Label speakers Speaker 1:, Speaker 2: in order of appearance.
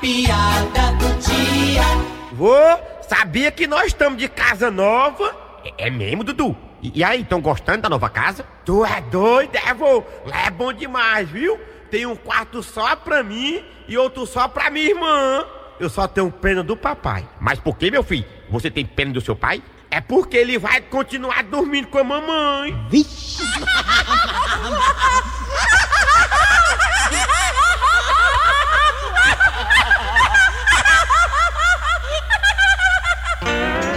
Speaker 1: piada do dia.
Speaker 2: Vô, sabia que nós estamos de casa nova? É, é mesmo, Dudu? E, e aí, estão gostando da nova casa? Tu é doido, é, vô? Lá é bom demais, viu? Tem um quarto só pra mim e outro só pra minha irmã. Eu só tenho pena do papai. Mas por que, meu filho? Você tem pena do seu pai? É porque ele vai continuar dormindo com a mamãe.
Speaker 3: Vixe!